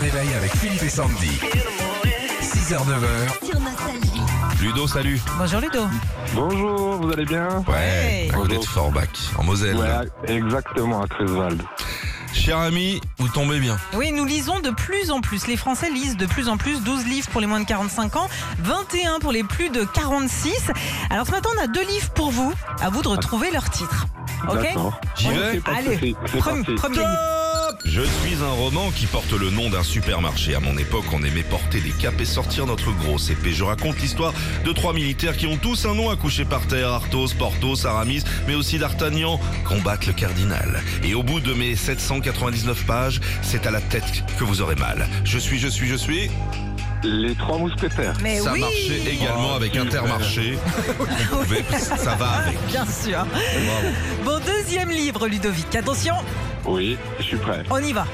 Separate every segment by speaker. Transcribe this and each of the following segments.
Speaker 1: réveil avec Philippe et Sandy. 6h-9h,
Speaker 2: sur Nostalgie.
Speaker 1: Ludo salut
Speaker 3: Bonjour Ludo.
Speaker 4: Bonjour, vous allez bien
Speaker 1: Ouais, à côté de Forbach, en Moselle.
Speaker 4: Ouais, exactement, à Creuswald.
Speaker 1: Cher ami, vous tombez bien.
Speaker 3: Oui, nous lisons de plus en plus. Les Français lisent de plus en plus. 12 livres pour les moins de 45 ans, 21 pour les plus de 46. Alors ce matin, on a deux livres pour vous. À vous de retrouver leur titre. Ok
Speaker 4: D'accord.
Speaker 1: J'y
Speaker 4: Ouais,
Speaker 1: vais
Speaker 4: c'est parti,
Speaker 3: Allez,
Speaker 4: c'est
Speaker 3: Premier,
Speaker 4: parti.
Speaker 3: premier livre.
Speaker 1: Je suis un roman qui porte le nom d'un supermarché. À mon époque, on aimait porter des capes et sortir notre grosse épée. Je raconte l'histoire de trois militaires qui ont tous un nom à coucher par terre. Arthos, Porthos, Aramis, mais aussi d'Artagnan, combattent le cardinal. Et au bout de mes 799 pages, c'est à la tête que vous aurez mal. Je suis, je suis, je suis.
Speaker 4: Les trois mousquetaires.
Speaker 3: Mais
Speaker 1: ça
Speaker 3: Eh oui
Speaker 1: marchait également avec Intermarché. Vous pouvez- ça va avec.
Speaker 3: Bien sûr. Bon, deuxième livre, Ludovic. Attention,
Speaker 4: Oui, je suis prêt.
Speaker 3: on y va.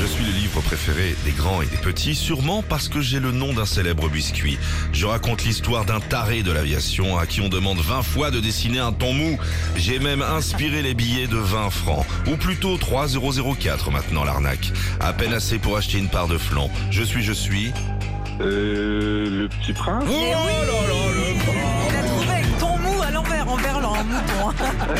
Speaker 1: Je suis le livre préféré des grands et des petits, sûrement parce que j'ai le nom d'un célèbre biscuit. Je raconte l'histoire d'un taré de l'aviation à qui on demande 20 fois de dessiner un ton mou. J'ai même inspiré les billets de 20 francs, ou plutôt 3,004 maintenant l'arnaque. À peine assez pour acheter une part de flan. Je suis, je suis.
Speaker 4: Euh, le petit prince
Speaker 1: Oh là là
Speaker 3: Il a trouvé avec ton mou à l'envers, en verlan, en mouton.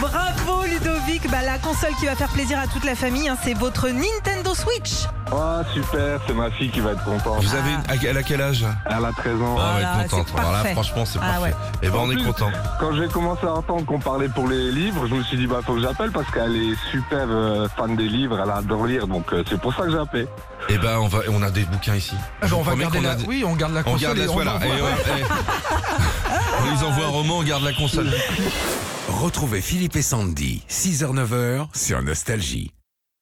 Speaker 3: Bravo Ludovic, bah, la console qui va faire plaisir à toute la famille, hein, c'est votre Nintendo Switch.
Speaker 4: Oh, super, c'est ma fille qui va être contente.
Speaker 1: Vous avez. Elle a quel âge là
Speaker 4: Elle a 13 ans.
Speaker 1: Ah,
Speaker 3: Voilà,
Speaker 1: ouais, contente.
Speaker 3: c'est
Speaker 1: Alors là,
Speaker 3: parfait.
Speaker 1: franchement, c'est
Speaker 3: Ah
Speaker 1: parfait.
Speaker 3: ouais.
Speaker 1: Et ben,
Speaker 4: En
Speaker 1: on est
Speaker 4: plus-
Speaker 1: content.
Speaker 4: Quand j'ai commencé à entendre qu'on parlait pour les livres, je me suis dit, bah, faut que j'appelle parce qu'elle est super euh, fan des livres, elle adore lire, donc euh, c'est pour ça que j'ai appelé.
Speaker 1: Et ben, on va, on a des bouquins ici.
Speaker 5: Ah
Speaker 1: Je
Speaker 5: bah on
Speaker 1: vous
Speaker 5: va
Speaker 1: promets
Speaker 5: garder
Speaker 1: qu'on a
Speaker 5: la...
Speaker 1: des-
Speaker 5: Oui, on garde la
Speaker 1: On
Speaker 5: console.
Speaker 1: garde la
Speaker 5: et on
Speaker 1: voilà.
Speaker 5: l'envoie.
Speaker 1: et ouais, et- on les envoie un roman, on garde la console.
Speaker 6: Retrouvez Philippe et Sandy, 6h-9h sur Nostalgie.